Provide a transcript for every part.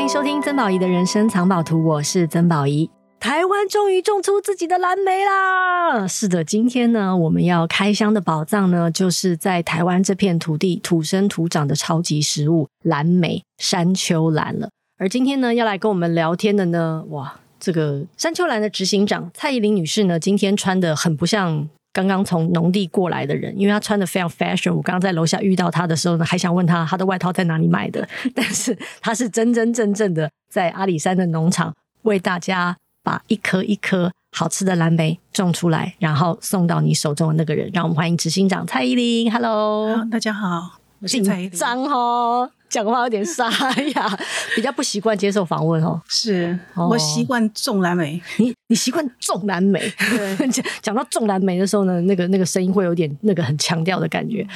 迎收听曾宝仪的人生藏宝图，我是曾宝仪。台湾终于种出自己的蓝莓啦！是的，今天呢，我们要开箱的宝藏呢，就是在台湾这片土地土生土长的超级食物蓝莓山丘兰了。而今天呢，要来跟我们聊天的呢，哇，这个山丘兰的执行长蔡依林女士呢，今天穿的很不像。刚刚从农地过来的人，因为她穿的非常 fashion，我刚刚在楼下遇到她的时候呢，还想问她她的外套在哪里买的， 但是她是真真正正的在阿里山的农场为大家把一颗一颗好吃的蓝莓种出来，然后送到你手中的那个人。让我们欢迎执行长蔡依林好， ，Hello，大家好，我是紧蔡依林。张哦，讲话有点沙哑， 比较不习惯接受访问哦。是、哦我习惯种蓝莓，你你习惯种蓝莓， 讲讲到种蓝莓的时候呢，那个那个声音会有点那个很强调的感觉。嗯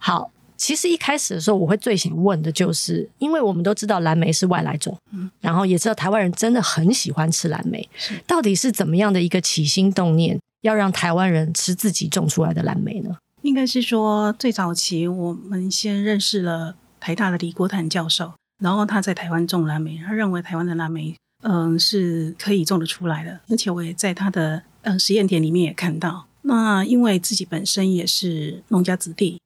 好，其实一开始的时候，我会最想问的就是，因为我们都知道蓝莓是外来种，然后也知道台湾人真的很喜欢吃蓝莓，嗯是到底是怎么样的一个起心动念，要让台湾人吃自己种出来的蓝莓呢？ 应该是说最早期我们先认识了台大的李国坦教授，然后他在台湾种蓝莓，他认为台湾的蓝莓嗯是可以种得出来的，而且我也在他的嗯实验田里面也看到。那因为自己本身也是农家子弟，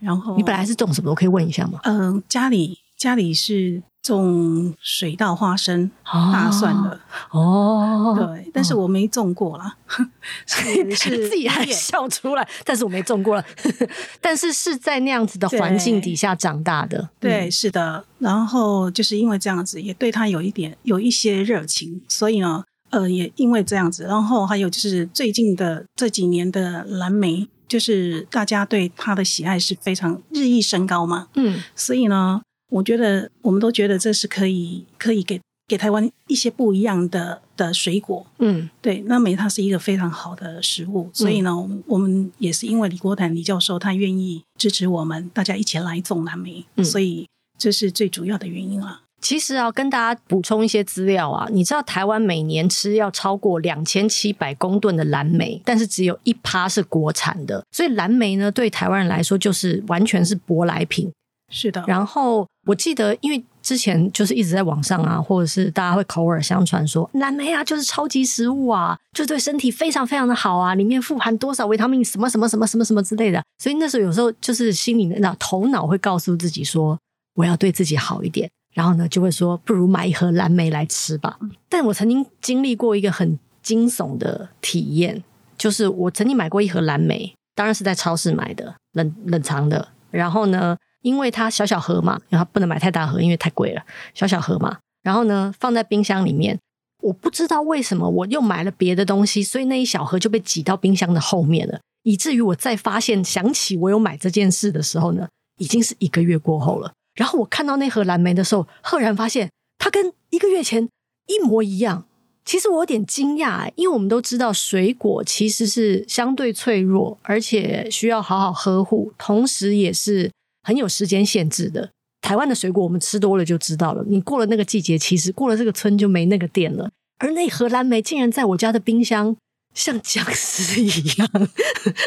然后你本来是种什么？我可以问一下吗？嗯、家里家里是种水稻、花生、大蒜的。哦，对，但是我没种过啦， 是是自己还叶笑出来，但是我没种过了， 但是是在那样子的环境底下长大的， 对，嗯，是的。然后就是因为这样子，也对他有一点有一些热情，所以呢，呃，也因为这样子，然后还有就是最近的这几年的蓝莓，就是大家对它的喜爱是非常日益升高嘛，嗯，所以呢，我觉得我们都觉得这是可以可以给给台湾一些不一样的的水果，嗯，对，那莓它是一个非常好的食物，所以呢，我嗯们我们也是因为李国坦李教授他愿意支持我们，大家一起来种蓝莓，嗯所以这是最主要的原因啊。其实啊，跟大家补充一些资料啊，你知道台湾每年吃要超过两千七百公吨的蓝莓，但是只有一趴是国产的，所以蓝莓呢，对台湾人来说就是完全是舶来品。是的，然后我记得，因为之前就是一直在网上啊，或者是大家会口耳相传说蓝莓啊就是超级食物啊，就对身体非常非常的好啊，里面富含多少维他命什么什么什么什么什么之类的。所以那时候有时候就是心里那头脑会告诉自己说，我要对自己好一点。然后呢，就会说不如买一盒蓝莓来吃吧。但我曾经经历过一个很惊悚的体验，就是我曾经买过一盒蓝莓，当然是在超市买的，冷冷藏的。然后呢，因为它小小盒嘛，然后不能买太大盒，因为太贵了，小小盒嘛。然后呢，放在冰箱里面，我不知道为什么我又买了别的东西，所以那一小盒就被挤到冰箱的后面了，以至于我再发现想起我有买这件事的时候呢，已经是一个月过后了。然后我看到那盒蓝莓的时候，赫然发现它跟一个月前一模一样。其实我有点惊讶、因为我们都知道水果其实是相对脆弱，而且需要好好呵护，同时也是很有时间限制的。台湾的水果我们吃多了就知道了，你过了那个季节，其实过了这个村就没那个店了。而那荷兰莓竟然在我家的冰箱像僵尸一样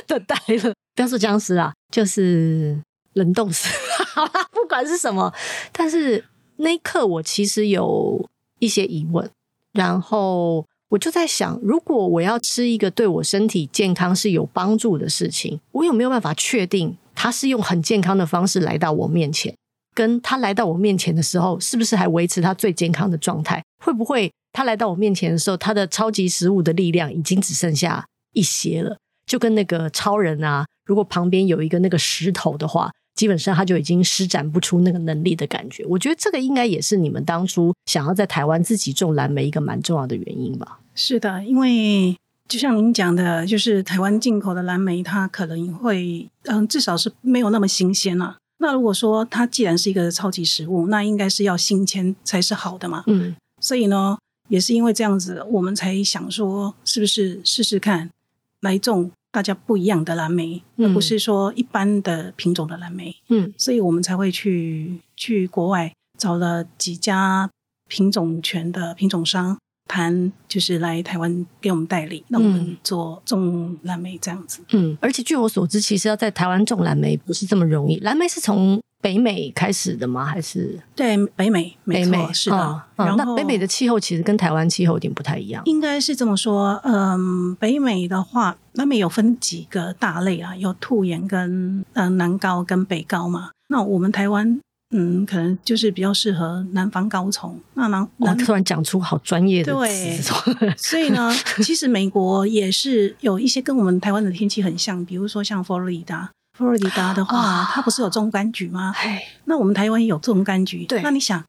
的待了，不要说僵尸啊，就是冷冻死。好啦，不管是什么，但是那一刻我其实有一些疑问，然后我就在想，如果我要吃一个对我身体健康是有帮助的事情，我有没有办法确定它是用很健康的方式来到我面前？跟它来到我面前的时候，是不是还维持它最健康的状态？会不会它来到我面前的时候，它的超级食物的力量已经只剩下一些了？就跟那个超人啊，如果旁边有一个那个石头的话，基本上他就已经施展不出那个能力的感觉。我觉得这个应该也是你们当初想要在台湾自己种蓝莓一个蛮重要的原因吧。是的，因为就像您讲的，就是台湾进口的蓝莓，它可能会，嗯，至少是没有那么新鲜了、那如果说它既然是一个超级食物，那应该是要新鲜才是好的嘛。嗯所以呢，也是因为这样子，我们才想说，是不是试试看来种大家不一样的蓝莓，嗯而不是说一般的品种的蓝莓。嗯所以我们才会去去国外找了几家品种权的品种商谈，就是来台湾给我们代理，让我嗯们做种蓝莓这样子。嗯。而且据我所知，其实要在台湾种蓝莓不是这么容易。蓝莓是从北美开始的吗？还是对，北美，北没错，美？是的。嗯嗯然那后北美的气候其实跟台湾气候有点不太一样。应该是这么说，嗯，北美的话，那美有分几个大类啊，有兔岩跟呃南高跟北高嘛。那我们台湾，嗯，可能就是比较适合南方高丛。那南我南突然讲出好专业的对词，所 以呢，其实美国也是有一些跟我们台湾的天气很像，比如说像佛罗里达。佛罗里达的话，啊它不是有种柑橘吗？哎，那我们台湾也有种柑橘，对那你想，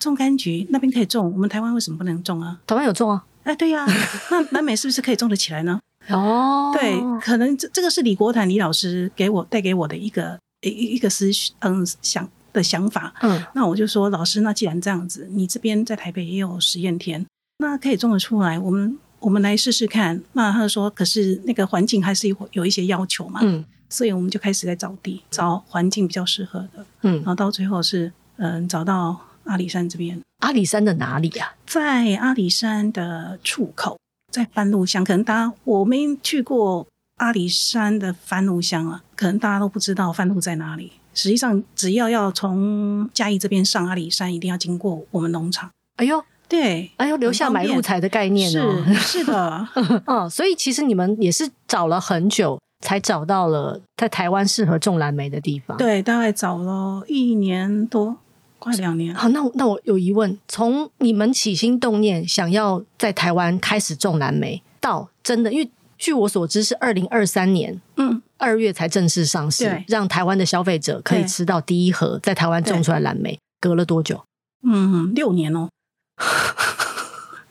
种柑橘那边可以种，我们台湾为什么不能种啊？台湾有种啊？哎，对呀、 那南美是不是可以种得起来呢？哦，对，可能这这个是李国坦李老师给我带给我的一个一一一个思绪，嗯想的想法。嗯，那我就说，老师，那既然这样子，你这边在台北也有实验田，那可以种得出来，我们我们来试试看。那他说，可是那个环境还是有有一些要求嘛，嗯所以我们就开始在找地，找环境比较适合的，嗯然，后到最后是嗯找到阿里山这边，阿里山的哪里啊呀、在阿里山的出口，在番路乡，可能大家我没去过阿里山的番路乡啊，可能大家都不知道番路在哪里。实际上，只要要从嘉义这边上阿里山，一定要经过我们农场。哎呦，对，哎呦，留下买路财的概念哦。是是的， 嗯，所以其实你们也是找了很久，才找到了在台湾适合种蓝莓的地方。，对，大概找了一年多，快两年。好，那我那我有疑问，从你们起心动念想要在台湾开始种蓝莓，到真的，因为据我所知是二零二三年。嗯，二月才正式上市对，让台湾的消费者可以对吃到第一盒在台湾种对出来的蓝莓，隔了多久？嗯，六年哦。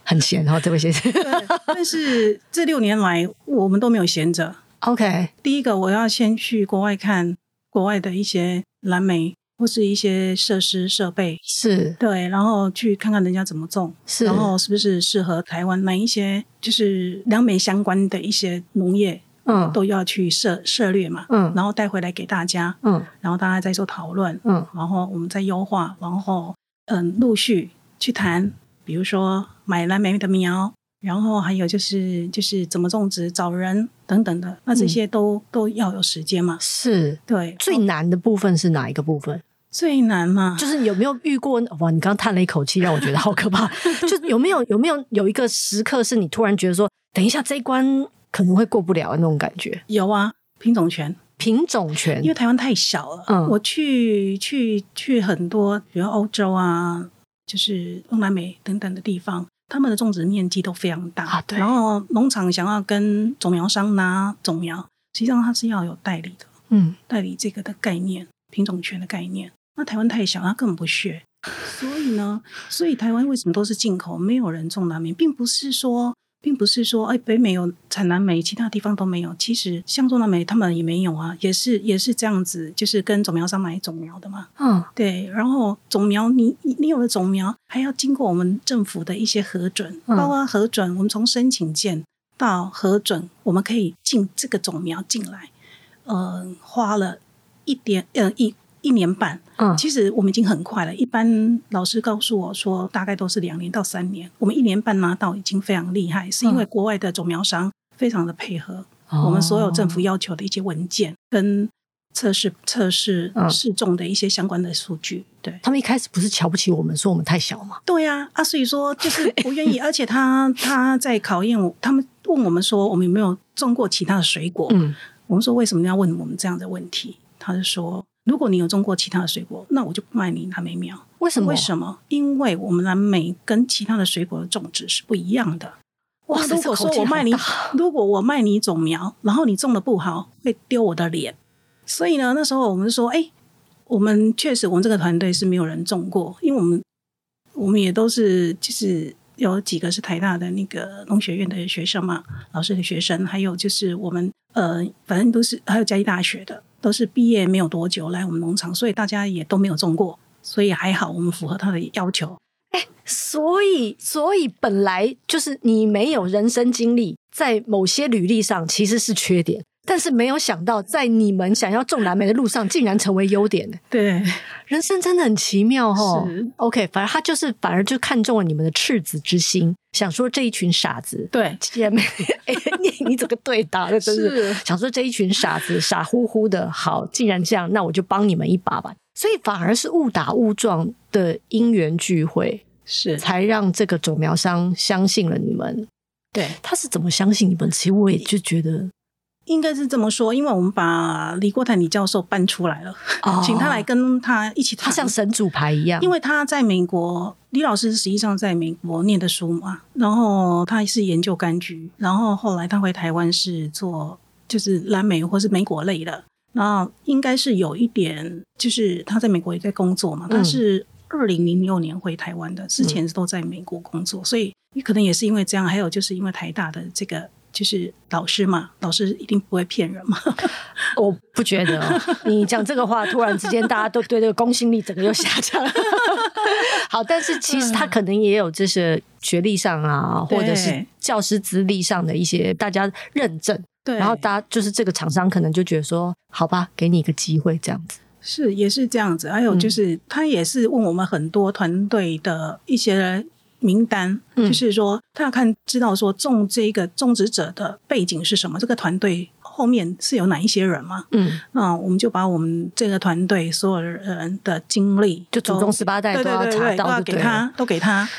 很闲哦，这位先 生。 对，但是这六年来，我们都没有闲着。 OK，第一个，我要先去国外看国外的一些蓝莓或是一些设施设备，是对，然后去看看人家怎么种，是，然后是不是适合台湾哪一些就是蓝莓相关的一些农业嗯都要去涉涉猎嘛，嗯然后带回来给大家，嗯然后大家再做讨论，嗯然后我们再优化，然后嗯，陆续去谈，比如说买蓝莓的苗，然后还有就是就是怎么种植、找人等等的，那这些都、都要有时间嘛。是。对，最哦难的部分是哪一个部分？最难嘛，就是有没有遇过？ 哇，你刚叹了一口气，让我觉得好可 怕。就有没有有没有有一个时刻是你突然觉得说，等一下这一关可能会过不了的那种感觉？有啊，品种权，品种权因为台湾太小了。嗯我去去去很多，比如欧洲啊，就是东南美等等的地方。他们的种植面积都非常大，啊对然后农场想要跟种苗商拿种苗，实际上它是要有代理的。嗯，代理这个的概念，品种权的概念。那台湾太小，它根本不屑。所以呢， 所以台湾为什么都是进口，没有人种蓝莓，并不是说，并不是说，哎，北美有产蓝莓，其他地方都没有。其实像中南美他们也没有啊，也是也是这样子，就是跟种苗商买种苗的嘛。嗯，对，然后种苗，你你你有了种苗，还要经过我们政府的一些核准，嗯包括核准，我们从申请件到核准，我们可以进这个种苗进来，呃，花了一点呃一一年半，嗯其实我们已经很快了。一般老师告诉我说，大概都是两年到三年，我们一年半拿到已经非常厉害，是因为嗯国外的种苗商非常的配合，我们所有哦政府要求的一些文件跟测试测试嗯试种的一些相关的数据。对他们一开始不是瞧不起我们，说我们太小嘛？对呀、啊，所以说就是不 愿意，而且他他在考验我，他们问我们说我们有没有种过其他的水果，嗯，我们说为什么要问我们这样的问题？他就说。如果你有种过其他的水果，那我就不卖你蓝莓苗。为什么？为什么？因为我们蓝莓跟其他的水果的种植是不一样的。哇哇，塞如果这口说气我好卖你大， 如果我卖你种苗，然后你种的不好，会丢我的脸。所以呢，那时候我们说，哎、我们确实我们这个团队是没有人种过，因为我们我们也都是就是有几个是台大的那个农学院的学生嘛，老师的学生，还有就是我们呃，反正都是还有嘉义大学的，都是毕业没有多久来我们农场，所以大家也都没有种过，所以还好我们符合他的要求。所以，所以本来就是你没有人生经历，在某些履历上其实是缺点，但是没有想到，在你们想要种蓝莓的路上，竟然成为优点。对，人生真的很奇妙哦是。 OK，反正他就是反而就看中了你们的赤子之心，想说这一群傻子。对，姐妹， 哎你你怎么对答的？真是是想说这一群傻子傻乎乎的，好，既然这样，那我就帮你们一把吧。所以反而是误打误撞的因缘聚会，是才让这个种苗商相信了你们。对，他是怎么相信你们？其实我也就觉得，应该是这么说，因为我们把李国坦李教授搬出来了，哦请他来，跟他一起他谈，像神主牌一样，因为他在美国，李老师实际上在美国念的书嘛，然后他是研究柑橘，然后后来他回台湾是做就是蓝莓或是莓果类的，那应该是有一点，就是他在美国也在工作嘛，嗯他是二零零六年回台湾的，之前都在美国工作，所以你可能也是因为这样，还有就是因为台大的这个。就是老师嘛，老师一定不会骗人嘛。我不觉得 哦、你讲这个话，突然之间大家都对这个公信力整个又下降了。 好，但是其实他可能也有这些学历上啊，对或者是教师资历上的一些大家认证，对，然后大家就是这个厂商可能就觉得说，好吧，给你一个机会这样子。是，也是这样子。还有嗯就是，他也是问我们很多团队的一些名单，嗯就是说他要看知道说种这个种植者的背景是什么，这个团队后面是有哪一些人嘛？嗯，那我们就把我们这个团队所有人的经历就都祖宗十八代对都要对对查对，都到要就给对了，他，都给他，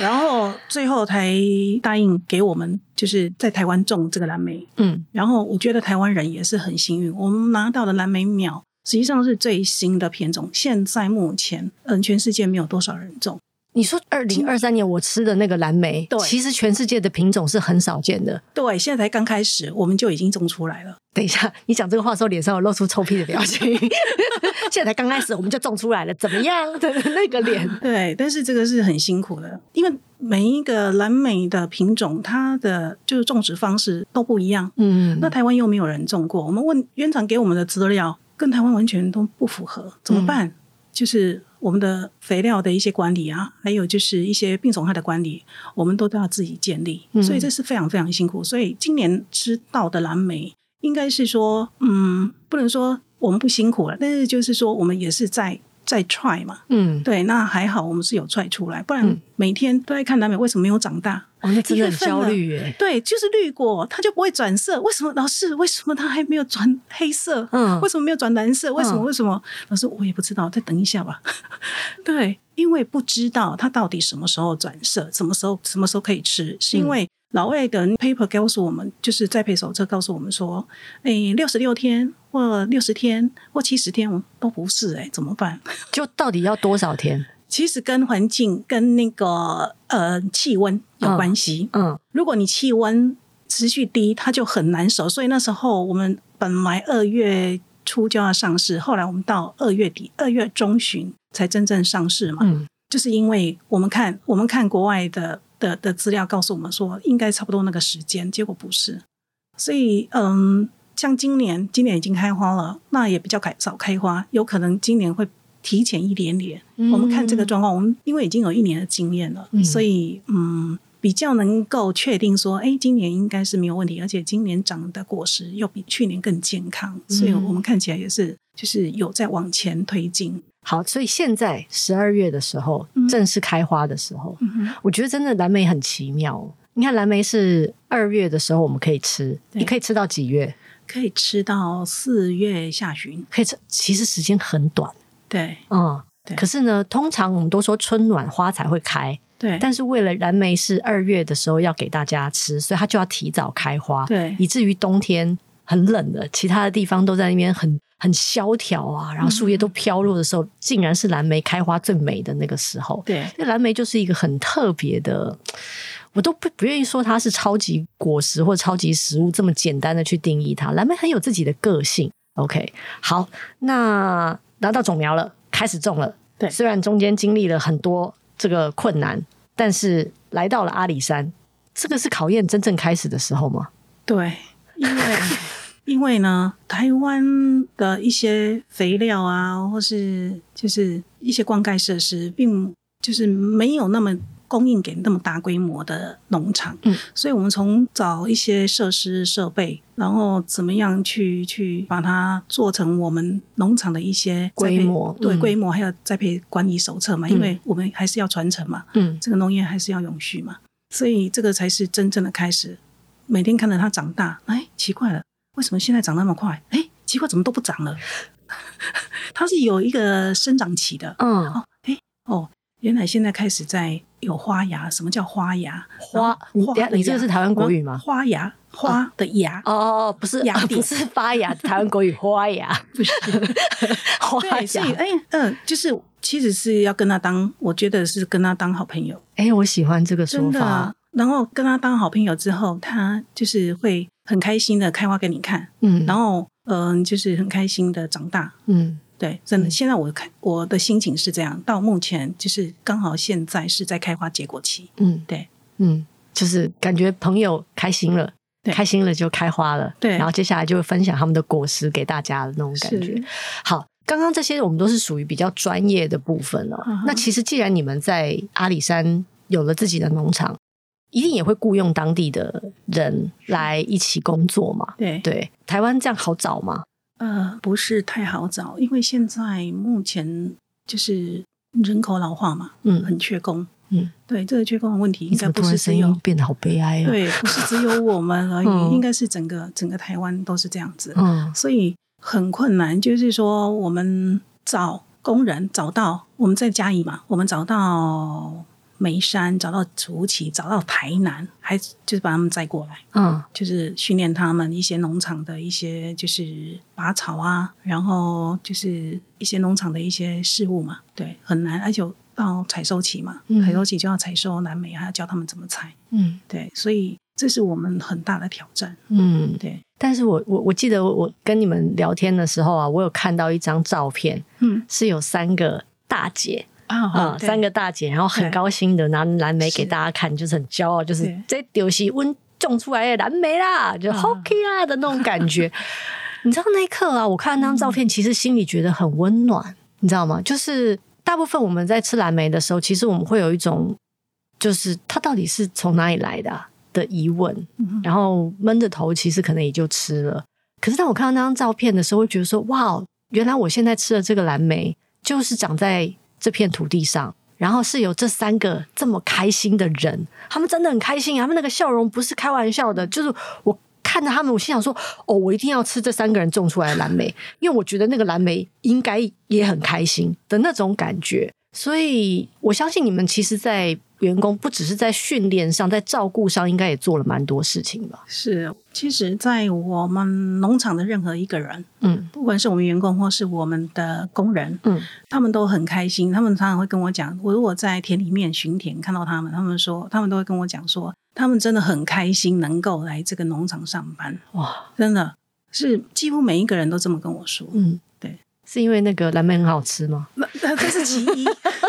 然后最后才答应给我们，就是在台湾种这个蓝莓。嗯然后我觉得台湾人也是很幸运，我们拿到的蓝莓苗实际上是最新的品种，现在目前嗯全世界没有多少人种，你说二零二三年我吃的那个蓝莓，对其实全世界的品种是很少见的。对，现在才刚开始，我们就已经种出来了。等一下，你讲这个话的时候，脸上有露出臭屁的表情。 现在才刚开始，我们就种出来了，怎么样？对，那个脸，对，但是这个是很辛苦的，因为每一个蓝莓的品种，它的就是种植方式都不一样。 嗯那台湾又没有人种过，我们问园长给我们的资料跟台湾完全都不符合，怎嗯么办？就是我们的肥料的一些管理啊，还有就是一些病虫害的管理，我们都要自己建立，嗯所以这是非常非常辛苦。所以今年吃到的蓝莓，应该是说，嗯，不能说我们不辛苦了，但是就是说我们也是在在 try 嘛。嗯，对，那还好，我们是有 try 出来，不嗯然每天都在看蓝莓为什么没有长大。哦，那真的一很月份焦了虑耶。对，就是绿果，它就不会转色。为什么老师？为什么它还没有转黑色？嗯为什么没有转蓝色？为什么？嗯为什么？老师，我也不知道，再等一下吧。 对，因为不知道它到底什么时候转色，什么时候什么时候可以吃，是嗯因为老外的 paper 告诉我们，就是栽培手册告诉我们说，诶，六十六天或六十天或七十天，我们都不是诶，怎么办？就到底要多少天？其实跟环境跟那个呃气温有关系。嗯，如果你气温持续低，它就很难守。所以那时候我们本来二月初就要上市，后来我们到二月底、二月中旬才真正上市嘛。嗯，就是因为我们看我们看国外的的的资料告诉我们说，应该差不多那个时间，结果不是。所以，嗯，像今年，今年已经开花了，那也比较开早开花，有可能今年会提前一点点。我们看这个状况，我们因为已经有一年的经验了，嗯所以嗯，比较能够确定说，哎，今年应该是没有问题，而且今年长的果实又比去年更健康，所以我们看起来也是就是有在往前推进。嗯好，所以现在十二月的时候，嗯正式开花的时候，嗯哼，我觉得真的蓝莓很奇妙哦。你看蓝莓是二月的时候我们可以吃，对你可以吃到几月？可以吃到四月下旬，可以吃，其实时间很短，对嗯。对可是呢，通常我们都说春暖花才会开，对，但是为了蓝莓是二月的时候要给大家吃，所以它就要提早开花，对以至于冬天很冷的，其他的地方都在那边很很萧条啊，然后树叶都飘落的时候，竟然是蓝莓开花最美的那个时候。对那蓝莓就是一个很特别的，我都不不愿意说它是超级果实或超级食物这么简单的去定义它。蓝莓很有自己的个性。OK，好，那拿到种苗了，开始种了。对虽然中间经历了很多这个困难，但是来到了阿里山，这个是考验真正开始的时候吗？对，因为因为呢，台湾的一些肥料啊，或是就是一些灌溉设施，并就是没有那么供应给那么大规模的农场，嗯，所以我们从找一些设施设备，然后怎么样去去把它做成我们农场的一些栽培规模对嗯规模，还有栽培管理手册嘛，因为我们还是要传承嘛，嗯，这个农业还是要永续嘛，所以这个才是真正的开始。每天看着它长大，哎，奇怪了，为什么现在长那么快？哎，奇怪，怎么都不长了？ 它是有一个生长期的。嗯，哦，原来现在开始在有花芽，什么叫花芽？花，你然后等一下花的你这个芽是台湾国语然吗后？花芽，花的芽，哦，不是芽，底不是发芽，台湾国语花芽，不是 花对，所以芽。哎嗯、就是其实是要跟他当，我觉得是跟他当好朋友，哎，我喜欢这个说真的啊、法。然后跟他当好朋友之后，他就是会很开心的开花给你看，嗯，然后后嗯、就是很开心的长大。嗯，对，真的，嗯现在我看我的心情是这样，到目前就是刚好现在是在开花结果期，嗯，对，嗯，就是感觉朋友开心了，对开心了就开花了，对然后接下来就会分享他们的果实给大家的那种感觉是。好，刚刚这些我们都是属于比较专业的部分哦。嗯哼那其实既然你们在阿里山有了自己的农场，一定也会雇佣当地的人来一起工作嘛？对对，台湾这样好找吗？呃，不是太好找，因为现在目前就是人口老化嘛，嗯，很缺工。嗯，对，这个缺工的问题你应怎该么不突然是声只有音变得好悲哀啊？，对，不是只有我们而 已，嗯应该是整个整个台湾都是这样子，嗯所以很困难。就是说，我们找工人找到，我们在嘉义嘛，我们找到眉山，找到竹崎，找到台南，还就是把他们载过来，嗯就是训练他们一些农场的一些就是拔草啊，然后就是一些农场的一些事务嘛，对，很难，而且到采收期嘛，嗯采收期就要采收南美，还要教他们怎么采。嗯对，所以这是我们很大的挑战。嗯，对，但是我我我记得我我跟你们聊天的时候啊，我有看到一张照片，嗯是有三个大姐啊啊、三个大姐，然后很对高兴的拿蓝莓给是大家看，就是很骄傲，就是对这丢西温种出来的蓝莓啦，就啊 OK 啦的那种感觉。你知道那一刻啊，我看那张照片，其实心里觉得很温暖，你知道吗？就是大部分我们在吃蓝莓的时候，其实我们会有一种，就是它到底是从哪里来的啊、的疑问。嗯然后闷着头，其实可能也就吃了。可是当我看到那张照片的时候，会觉得说，哇，哦原来我现在吃的这个蓝莓，就是长在这片土地上，然后是有这三个这么开心的人，他们真的很开心，他们那个笑容不是开玩笑的，就是我。看着他们，我心想说：“哦，我一定要吃这三个人种出来的蓝莓，因为我觉得那个蓝莓应该也很开心的那种感觉。所以我相信你们其实，在员工不只是在训练上，在照顾上，应该也做了蛮多事情吧？是，其实，在我们农场的任何一个人，嗯不管是我们员工或是我们的工人，嗯他们都很开心。他们常常会跟我讲，我如果在田里面巡田看到他们，他们说，他们都会跟我讲说，他们真的很开心能够来这个农场上班，哇真的是几乎每一个人都这么跟我说。嗯，对，是因为那个蓝莓很好吃吗？那那这是其一，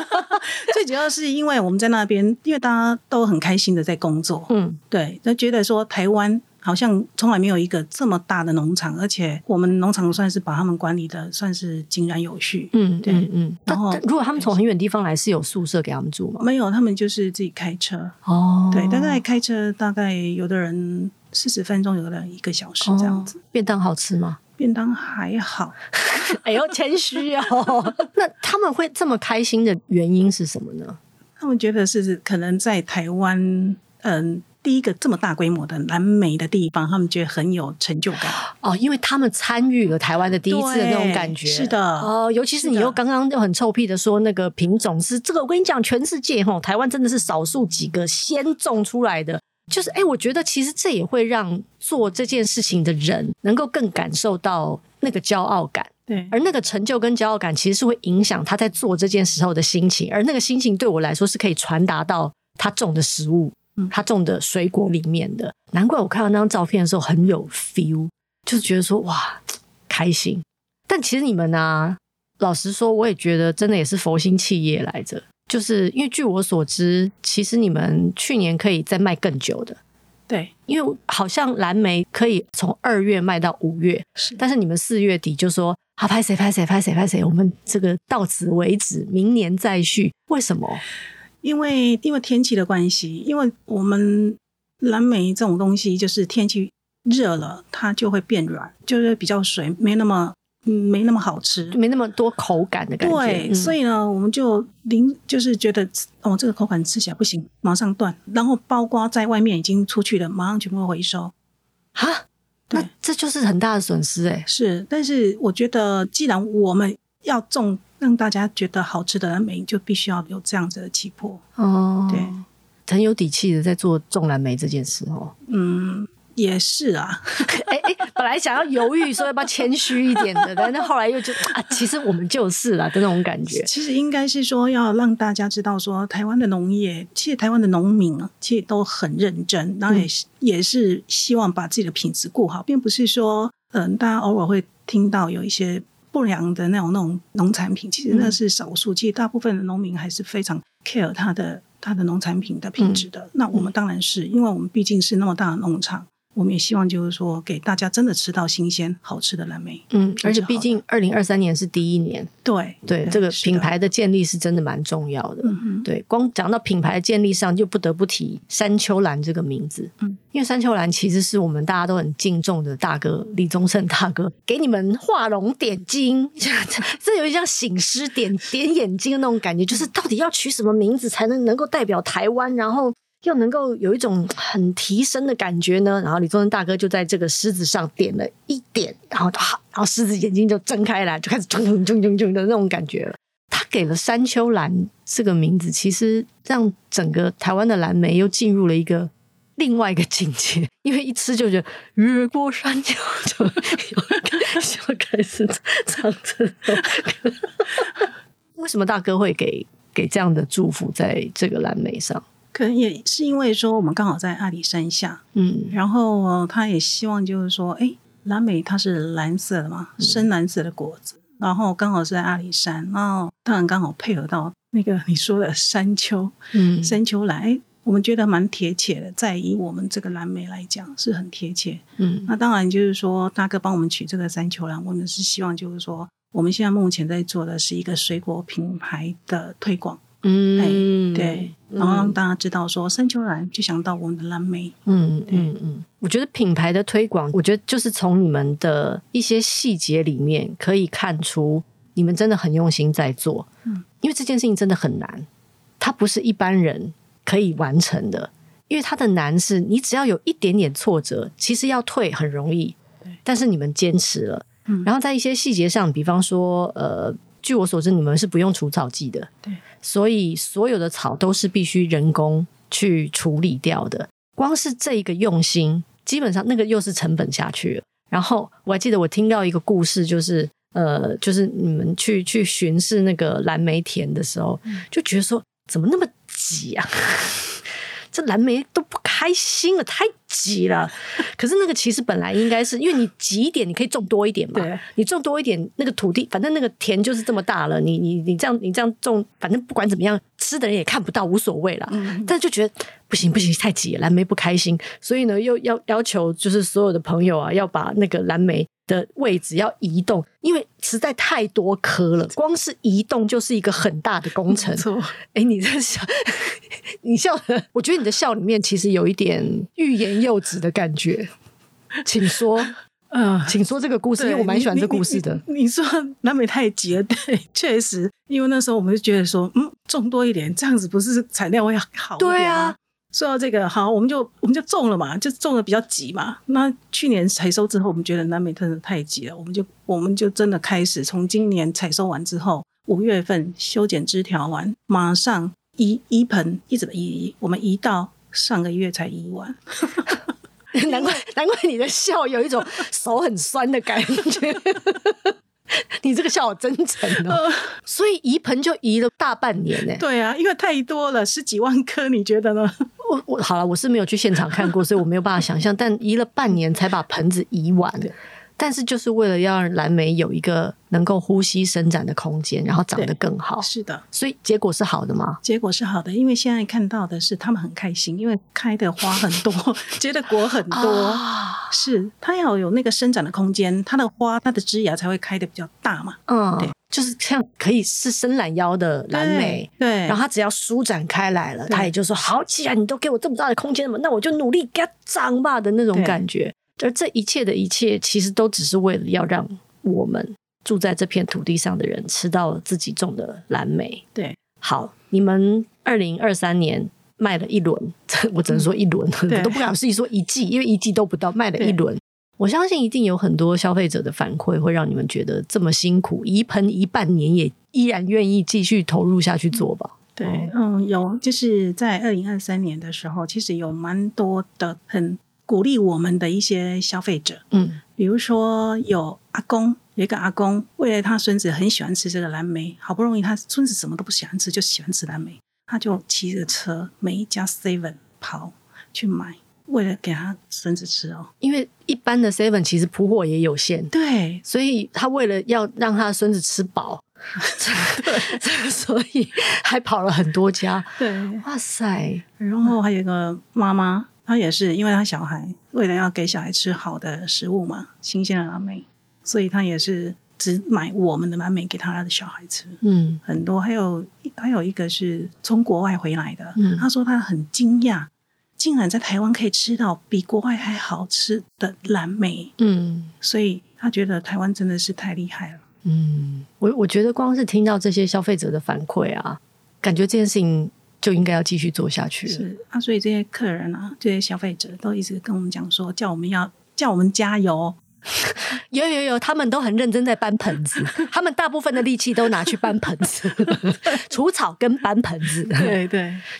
最主要是因为我们在那边，因为大家都很开心的在工作，嗯对，那觉得说台湾好像从来没有一个这么大的农场，而且我们农场算是把他们管理的算是井然有序。嗯对嗯嗯。但然后但如果他们从很远地方来，是有宿舍给他们住吗？没有，他们就是自己开车，哦，对，大概开车大概有的人四十分钟，有的人一个小时这样子。哦便当好吃吗？便当还好，哎呦，谦虚哦。 那他们会这么开心的原因是什么呢？他们觉得是可能在台湾，嗯，第一个这么大规模的蓝莓的地方，他们觉得很有成就感。哦，因为他们参与了台湾的第一次的那种对感觉，是的哦，尤其是你是的又刚刚又很臭屁的说那个品种是这个，我跟你讲，全世界吼，台湾真的是少数几个先种出来的。就是哎、我觉得其实这也会让做这件事情的人能够更感受到那个骄傲感，对，而那个成就跟骄傲感其实是会影响他在做这件时候的心情，而那个心情对我来说是可以传达到他种的食物嗯、他种的水果里面的。难怪我看到那张照片的时候很有 feel，就是觉得说哇开心。但其实你们呢、啊老实说，我也觉得真的也是佛心企业来着，就是因为据我所知，其实你们去年可以再卖更久的。对，因为好像蓝莓可以从二月卖到五月，是但是你们四月底就说啊，拍谁拍谁拍谁拍谁，我们这个到此为止，明年再续。为什么？因为因为天气的关系，因为我们蓝莓这种东西，就是天气热了，它就会变软，就是比较水，没那么嗯没那么好吃就。没那么多口感的感觉。嗯对，所以以呢，我们就临就是觉得哦，这个口感吃起来不行，马上断。然后包括在外面已经出去了，马上全部回收。啊，对那这就是很大的损失哎、是，但是我觉得，既然我们要种让大家觉得好吃的蓝莓，就必须要有这样子的气魄。哦，对，，很有底气的在做种蓝莓这件事哦。嗯，也是啊，哎哎，本来想要犹豫说要不要谦虚一点的，但是后来又就啊，其实我们就是啦的那种感觉。其实应该是说要让大家知道说，台湾的农业，其实台湾的农民啊，其实都很认真，然后嗯也、是也是希望把自己的品质顾好，并不是说，嗯、大家偶尔会听到有一些不良的那种那种农产品，其实那嗯是少数，其实大部分的农民还是非常 care 他的他的农产品的品质嗯的。那我们当然是因为我们毕竟是那么大的农场。我们也希望就是说，给大家真的吃到新鲜好吃的蓝莓。嗯，而且这就好毕了竟二零二三年是第一年，对对这个是的品牌的建立是真的蛮重要的。嗯哼，对，光讲到品牌的建立上，就不得不提山丘兰这个名字。嗯，因为山丘兰其实是我们大家都很敬重的大哥李宗盛大哥，给你们画龙点睛， 这有点像醒狮点 点眼睛的那种感觉，就是到底要取什么名字才能能够代表台湾，然后。又能够有一种很提升的感觉呢，然后李宗盛大哥就在这个狮子上点了一点，然后好，然后狮子眼睛就睁开来，就开始冲冲冲冲冲的那种感觉了。他给了山丘兰这个名字，其实让整个台湾的蓝莓又进入了一个另外一个境界， 因为一吃就觉得越过山丘，就就开始唱这首歌。 为什么大哥会给给这样的祝福在这个蓝莓上？可能也是因为说我们刚好在阿里山下，嗯然后呃他也希望就是说，哎，蓝莓它是蓝色的嗯嘛，深蓝色的果子，然后刚好是在阿里山，然后当然刚好配合到那个你说的山丘，嗯山丘蓝，哎，我们觉得蛮贴切的，在以我们这个蓝莓来讲是很贴切。嗯那当然就是说，大哥帮我们取这个山丘兰，我们是希望就是说，我们现在目前在做的是一个水果品牌的推广。嗯，哎对，嗯然后让大家知道说山丘兰就想到我们的蓝莓，嗯嗯嗯，我觉得品牌的推广，我觉得就是从你们的一些细节里面可以看出，你们真的很用心在做。嗯，因为这件事情真的很难，它不是一般人可以完成的。因为它的难是你只要有一点点挫折，其实要退很容易对，但是你们坚持了。嗯然后在一些细节上，比方说，呃，据我所知，你们是不用除草剂的，对，所以所有的草都是必须人工去处理掉的。光是这一个用心，基本上那个又是成本下去了。然后我还记得我听到一个故事，就是呃，就是你们去去巡视那个蓝莓田的时候，嗯就觉得说怎么那么挤啊？ 这蓝莓都不开心了，太挤了。可是那个其实本来应该是因为你挤一点，你可以种多一点嘛。对你种多一点，那个土地反正那个田就是这么大了，你你你这样你这样种，反正不管怎么样，吃的人也看不到，无所谓啦。嗯，但就觉得不行不行，太挤了，蓝莓不开心，所以呢，又要要求就是所有的朋友啊，要把那个蓝莓的位置要移动，因为实在太多颗了，光是移动就是一个很大的工程。错， 哎，你在笑， 你笑的，我觉得你的笑里面其实有一点欲言又止的感觉。请说，嗯、 请说这个故事，因对为我蛮喜欢你这故事的。你你你说南美太急了，对，确实，因为那时候我们就觉得说，嗯，种多一点，这样子不是产量会好一点吗对啊。说到这个，好，我们就我们就种了嘛，就种的比较急嘛。那去年采收之后，我们觉得南美真的太急了，我们就我们就真的开始从今年采收完之后，五月份修剪枝条完，马上移移盆，一直移移，我们移到上个月才移完。难 怪难怪你的笑有一种手很酸的感觉。 你这个笑好真诚哦，所以移盆就移了大半年欸呢、呃 对啊，因为太多了，十几万颗，你觉得呢？我我好了，我是没有去现场 看过，所以我没有办法想象。但移了半年才把盆子移完，但是就是为了要让蓝莓有一个能够呼吸伸展的空间，然后长得更好， 是的，所以结果是好的吗？结果是好的，因为现在看到的是他们很开心，因为开的花很多， 结的果很多，啊是它要有那个生长的空间，它的花、它的枝芽才会开的比较大嘛。嗯对，就是像可以是伸懒腰的蓝莓，对，对然后它只要舒展开来了，哎对它也就说好，既然你都给我这么大的空间了，那我就努力给它长吧的那种对感觉。而这一切的一切，其实都只是为了要让我们住在这片土地上的人吃到自己种的蓝莓。对好，你们二零二三年卖了一轮，我只能说一轮， 对我都不敢自己说一季，因为一季都不到，卖了一轮。我相信一定有很多消费者的反馈，会让你们觉得这么辛苦，一喷一半年也依然愿意继续投入下去做吧。对，哦嗯，有，就是在二零二三年的时候，其实有蛮多的很鼓励我们的一些消费者，嗯，比如说有阿公，有一个阿公，为了他孙子很喜欢吃这个蓝莓，好不容易他孙子什么都不喜欢吃，就喜欢吃蓝莓，他就骑着车每一家 seven 跑去买，为了给他孙子吃哦。因为一般的 Seven 其实铺货也有限，对，所以他为了要让他的孙子吃饱， 所以还跑了很多家。对，哇塞，然后还有一个妈妈，她也是因为她小孩为了要给小孩吃好的食物嘛，新鲜的蓝莓，所以她也是只买我们的蓝莓给她的小孩吃。嗯很多还有还有一个是从国外回来的，嗯她说她很惊讶，竟然在台湾可以吃到比国外还好吃的蓝莓，嗯所以她觉得台湾真的是太厉害了。嗯，我我觉得光是听到这些消费者的反馈啊，感觉这件事情就应该要继续做下去了。是啊，所以这些客人啊，这些消费者都一直跟我们讲说，叫我们要叫我们加油，有有有，他们都很认真在搬盆子，他们大部分的力气都拿去搬盆子、除草跟搬盆子。对。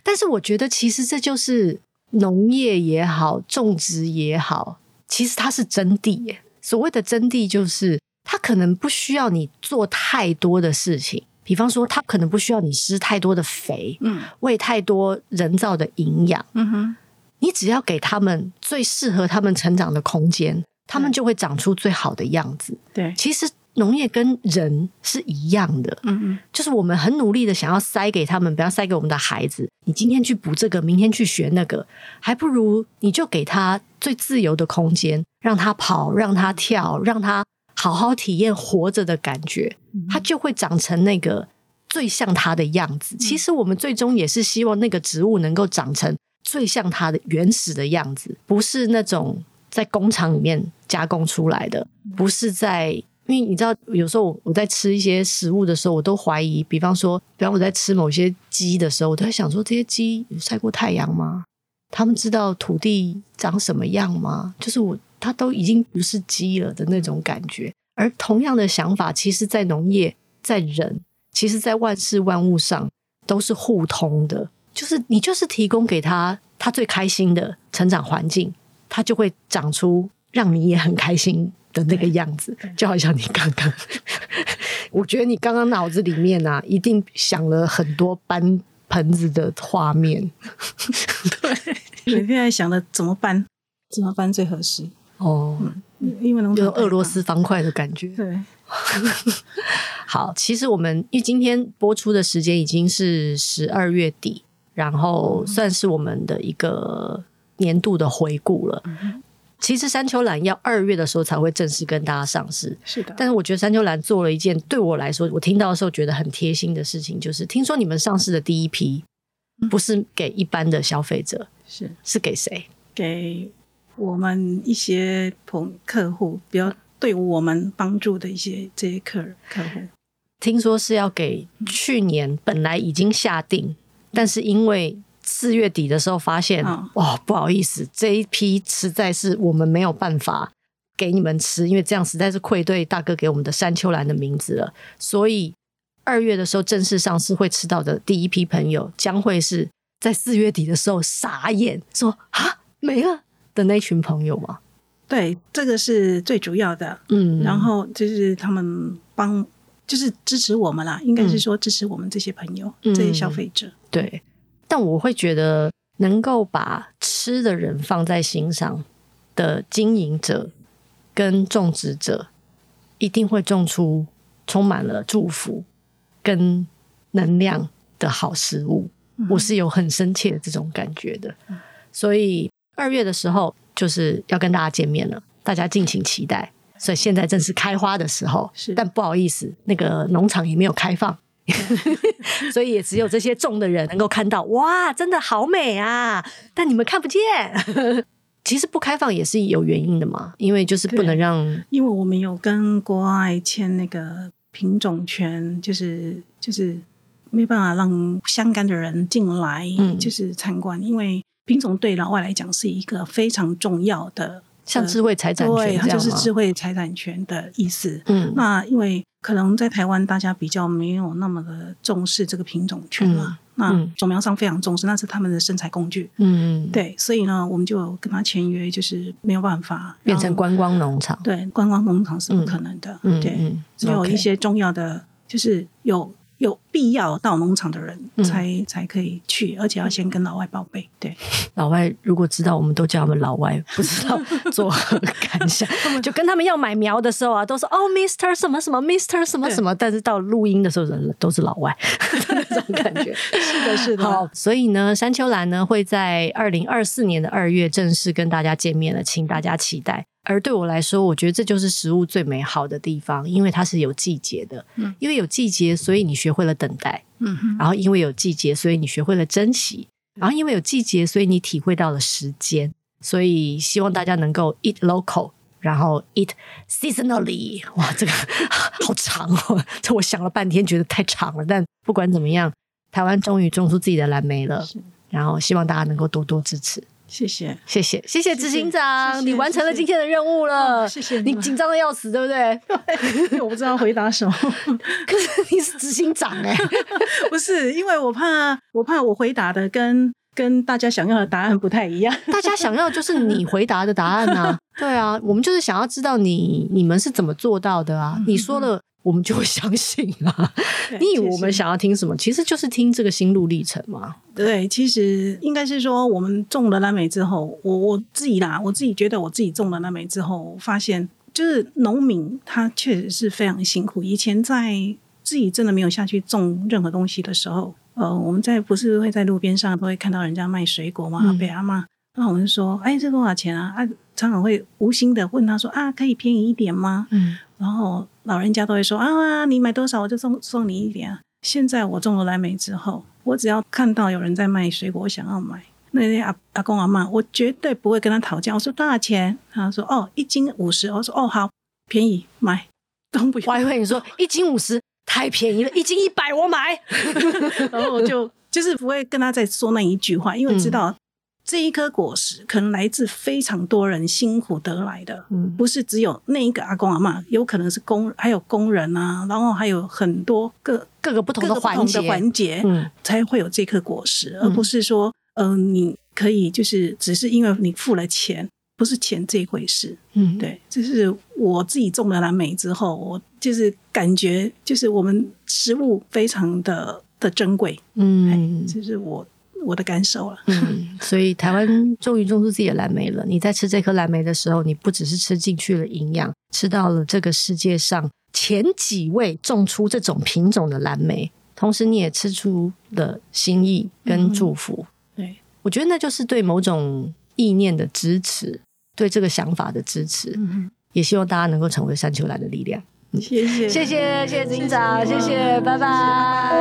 但是我觉得，其实这就是农业也好，种植也好，其实它是真谛耶。所谓的真谛，就是它可能不需要你做太多的事情，比方说，它可能不需要你施太多的肥， 嗯喂太多人造的营养，嗯哼，你只要给他们最适合他们成长的空间，他们就会长出最好的样子。对，其实农业跟人是一样的，嗯就是我们很努力的想要塞给他们，不要塞给我们的孩子。你今天去补这个，明天去学那个，还不如你就给他最自由的空间，让他跑，让他跳，让他好好体验活着的感觉，嗯，他就会长成那个最像他的样子。其实我们最终也是希望那个植物能够长成最像它的原始的样子，不是那种在工厂里面加工出来的，不是在。因为你知道，有时候我我在吃一些食物的时候，我都怀疑，比方说，比方我在吃某些鸡的时候，我都在想说，这些鸡有晒过太阳吗？他们知道土地长什么样吗？就是我，它都已经不是鸡了的那种感觉。而同样的想法，其实，在农业，在人，其实，在万事万物上都是互通的。就是你就是提供给他他最开心的成长环境，他就会长出让你也很开心的那个样子对对。就好像你刚刚， 我觉得你刚刚脑子里面啊，一定想了很多搬盆子的画面。每天在想着怎么搬，怎么搬最合适，哦，因为农有场俄罗斯方块的感 觉。对，好，其实我们因为今天播出的时间已经是十二月底，然后算是我们的一个年度的回顾了。其实山丘兰要二月的时候才会正式跟大家上市，是的，但是我觉得山丘兰做了一件对我来说，我听到的时候觉得很贴心的事情，就是听说你们上市的第一批不是给一般的消费者，是是给谁？给我们一些朋客户比较对我们帮助的一些这些客人客户，听说是要给去年本来已经下定，但是因为四月底的时候发现，嗯哦，不好意思，这一批实在是我们没有办法给你们吃，因为这样实在是愧对大哥给我们的山丘兰的名字了。所以二月的时候正式上市会吃到的第一批朋友，将会是在四月底的时候傻眼说啊没了的那群朋友嘛。对，这个是最主要的。嗯，然后就是他们帮，就是支持我们啦，应该是说支持我们这些朋友、嗯这些消费者。对，但我会觉得能够把吃的人放在心上的经营者跟种植者，一定会种出充满了祝福跟能量的好食物。我是有很深切的这种感觉的，所以二月的时候就是要跟大家见面了，大家敬请期待。所以现在正是开花的时候，是但不好意思，那个农场也没有开放，所以也只有这些种的人能够看到，哇，真的好美啊！但你们看不 见。其实不开放也是有原因的嘛，因为就是不能让因为我们有跟国外签那个品种权，就是就是没办法让相干的人进来，嗯就是参观，因为品种对老外来讲是一个非常重要的像智慧财产权对，它这样就是吗智慧财产权的意思。嗯，那因为可能在台湾大家比较没有那么的重视这个品种权嗯嘛，那种苗商非常重视，那是他们的生财工具。嗯，，对，所以呢，我们就有跟他签约，就是没有办法变成让观光农场，对观光工厂是不可能的。嗯，对，嗯只有 OK 一些重要的，就是有有必要到农场的人嗯才、才可以去，而且要先跟老外报备。 对，老外如果知道，我们都叫他们老外， 不知道 作何感想。就跟他们要买苗的时候啊，都说哦，Mister 什么什么，Mister 什么什么，但是到录音的时候，人都是老外 那种感觉。是的，是好的，，所以呢，山丘兰呢会在二零二四年的二月正式跟大家见面了，请大家期待。而对我来说，我觉得这就是食物最美好的地方，因为它是有季节的。嗯因为有季节，所以你学会了等待。嗯哼，然后因为有季节，所以你学会了珍惜；然后因为有季节，所以你体会到了时间。所以希望大家能够 eat local，然后 eat seasonally。哇，这个 好长哦！这我想了半天，觉得太长了。但不管怎么样，台湾终于种出自己的蓝莓了是。然后希望大家能够多多支持，谢谢。谢谢，谢谢执行长，谢谢你完成了谢谢今天的任务了，嗯谢谢你呃你们紧张的要死，对不 对？我不知道回答什么，可是你是执行长哎、 不是因为我怕，我怕我回答的跟跟大家想要的答案不太一样。 大家想要就是你回答的答案啊，对啊，我们就是想要知道你你们是怎么做到的啊。你说了，我们就会相信啊。嗯 对你以为谢我们谢想要听什么？其实就是听这个心路历程嘛。对，其实应该是说，我们种了蓝莓之后，我我自己啦，我自己觉得我自己种了蓝莓之后，我发现就是农民他确实是非常辛苦。以前在自己真的没有下去种任何东西的时候，呃，我们在不是会在路边上都会看到人家卖水果嘛，嗯被阿妈，那我们说，哎，这多少钱啊？啊，常常会无心的问他说，啊，可以便宜一点吗？嗯，然后老人家都会说啊，你买多少我就送送你一点啊。现在我种了蓝莓之后，我只要看到有人在卖水果，我想要买，那些阿阿公阿妈，我绝对不会跟他讨价。我说多少钱？他说哦，一斤五十。我说哦，好，便宜买，都不我 要还。以为你说一斤五十太便宜了，一斤一百我买。然后我就就是不会跟他再说那一句话，因为知道、这一颗果实可能来自非常多人辛苦得来的，嗯不是只有那一个阿公阿妈，有可能是工，还有工人啊，然后还有很多个各个不同各的个不环同节的，环节，嗯才会有这颗果实，而不是说，嗯、你可以就是只是因为你付了钱，不是钱这一回事。嗯，对，这是我自己种了蓝莓之后，我就是感觉就是我们食物非常的的珍贵，嗯这是我我的感受了。嗯，所以台湾终于种出自己的蓝莓了。你在吃这颗蓝莓的时候，你不只是吃进去了营养，吃到了这个世界上前几位种出这种品种的蓝莓，同时你也吃出了心意跟祝嗯福。对，我觉得那就是对某种意念的支持，对这个想法的支持。嗯，也希望大家能够成为山丘兰的力量。谢谢，谢谢，谢谢警长，谢谢，拜拜。